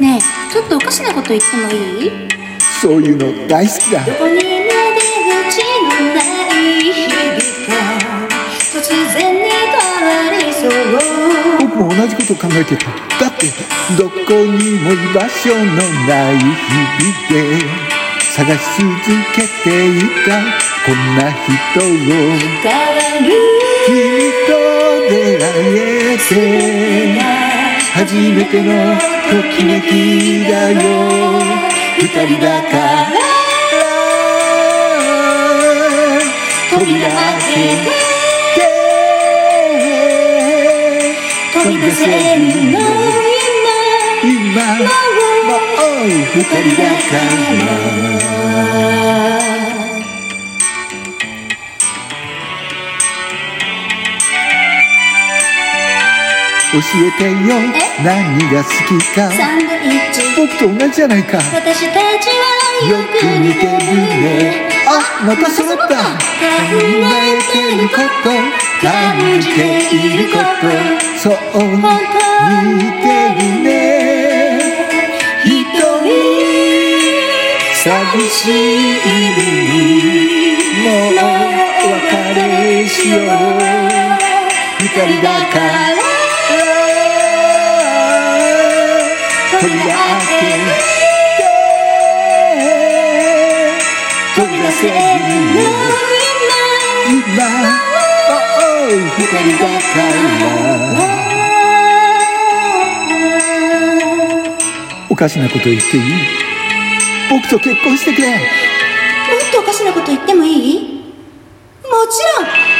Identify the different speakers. Speaker 1: ねえちょっとおかしなこと言ってもいい
Speaker 2: そういうの大好きだ
Speaker 1: どこにまで口のない日々が突然に変わりそう
Speaker 2: 僕も同じことを考えてただってどこにも居場所のない日々で探し続けていたこんな人を
Speaker 1: 変わる
Speaker 2: 君と出会えて初めてのときめきだよ二人だから扉開けて
Speaker 1: 飛び出せるの今
Speaker 2: 今もう二人だから教えてよ
Speaker 1: え
Speaker 2: 何が好きか
Speaker 1: サンドイッチ
Speaker 2: 僕と同じじゃないか
Speaker 1: 私たちは
Speaker 2: よ
Speaker 1: よ
Speaker 2: く
Speaker 1: く
Speaker 2: 似
Speaker 1: 似
Speaker 2: て
Speaker 1: て
Speaker 2: る
Speaker 1: る
Speaker 2: ね
Speaker 1: ね
Speaker 2: あまた揃った考えてること感じていることそう
Speaker 1: 本当に
Speaker 2: 似てるね一人寂しい日々もうお別れしよう二人だから扉開けて飛び出せるよ今おう二人だからおかしなこと言っていい僕と結婚してくれ
Speaker 1: もっとおかしなこと言ってもいいもちろん